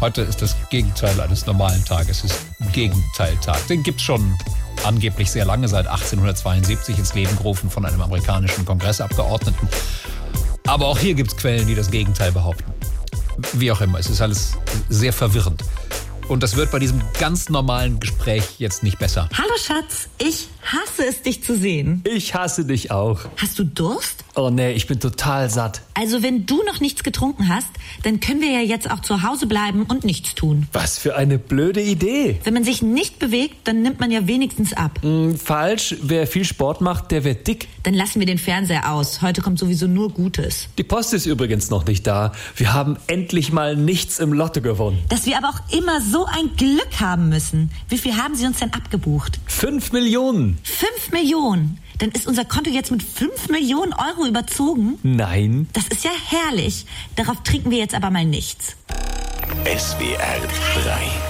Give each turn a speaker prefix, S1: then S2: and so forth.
S1: Heute ist das Gegenteil eines normalen Tages. Es ist ein Gegenteiltag. Den gibt's schon angeblich sehr lange, seit 1872 ins Leben gerufen von einem amerikanischen Kongressabgeordneten. Aber auch hier gibt's Quellen, die das Gegenteil behaupten. Wie auch immer, es ist alles sehr verwirrend. Und das wird bei diesem ganz normalen Gespräch jetzt nicht besser.
S2: Hallo Schatz, ich hasse es, dich zu sehen.
S3: Ich hasse dich auch.
S2: Hast du Durst?
S3: Oh nee, ich bin total satt.
S2: Also wenn du noch nichts getrunken hast, dann können wir ja jetzt auch zu Hause bleiben und nichts tun.
S3: Was für eine blöde Idee.
S2: Wenn man sich nicht bewegt, dann nimmt man ja wenigstens ab.
S3: Hm, falsch, wer viel Sport macht, der wird dick.
S2: Dann lassen wir den Fernseher aus. Heute kommt sowieso nur Gutes.
S3: Die Post ist übrigens noch nicht da. Wir haben endlich mal nichts im Lotto gewonnen.
S2: Dass wir aber auch immer so ein Glück haben müssen. Wie viel haben sie uns denn abgebucht?
S3: Fünf Millionen.
S2: Fünf Millionen. Dann ist unser Konto jetzt mit fünf Millionen Euro überzogen.
S3: Nein.
S2: Das ist ja herrlich. Darauf trinken wir jetzt aber mal nichts.
S4: SWR 3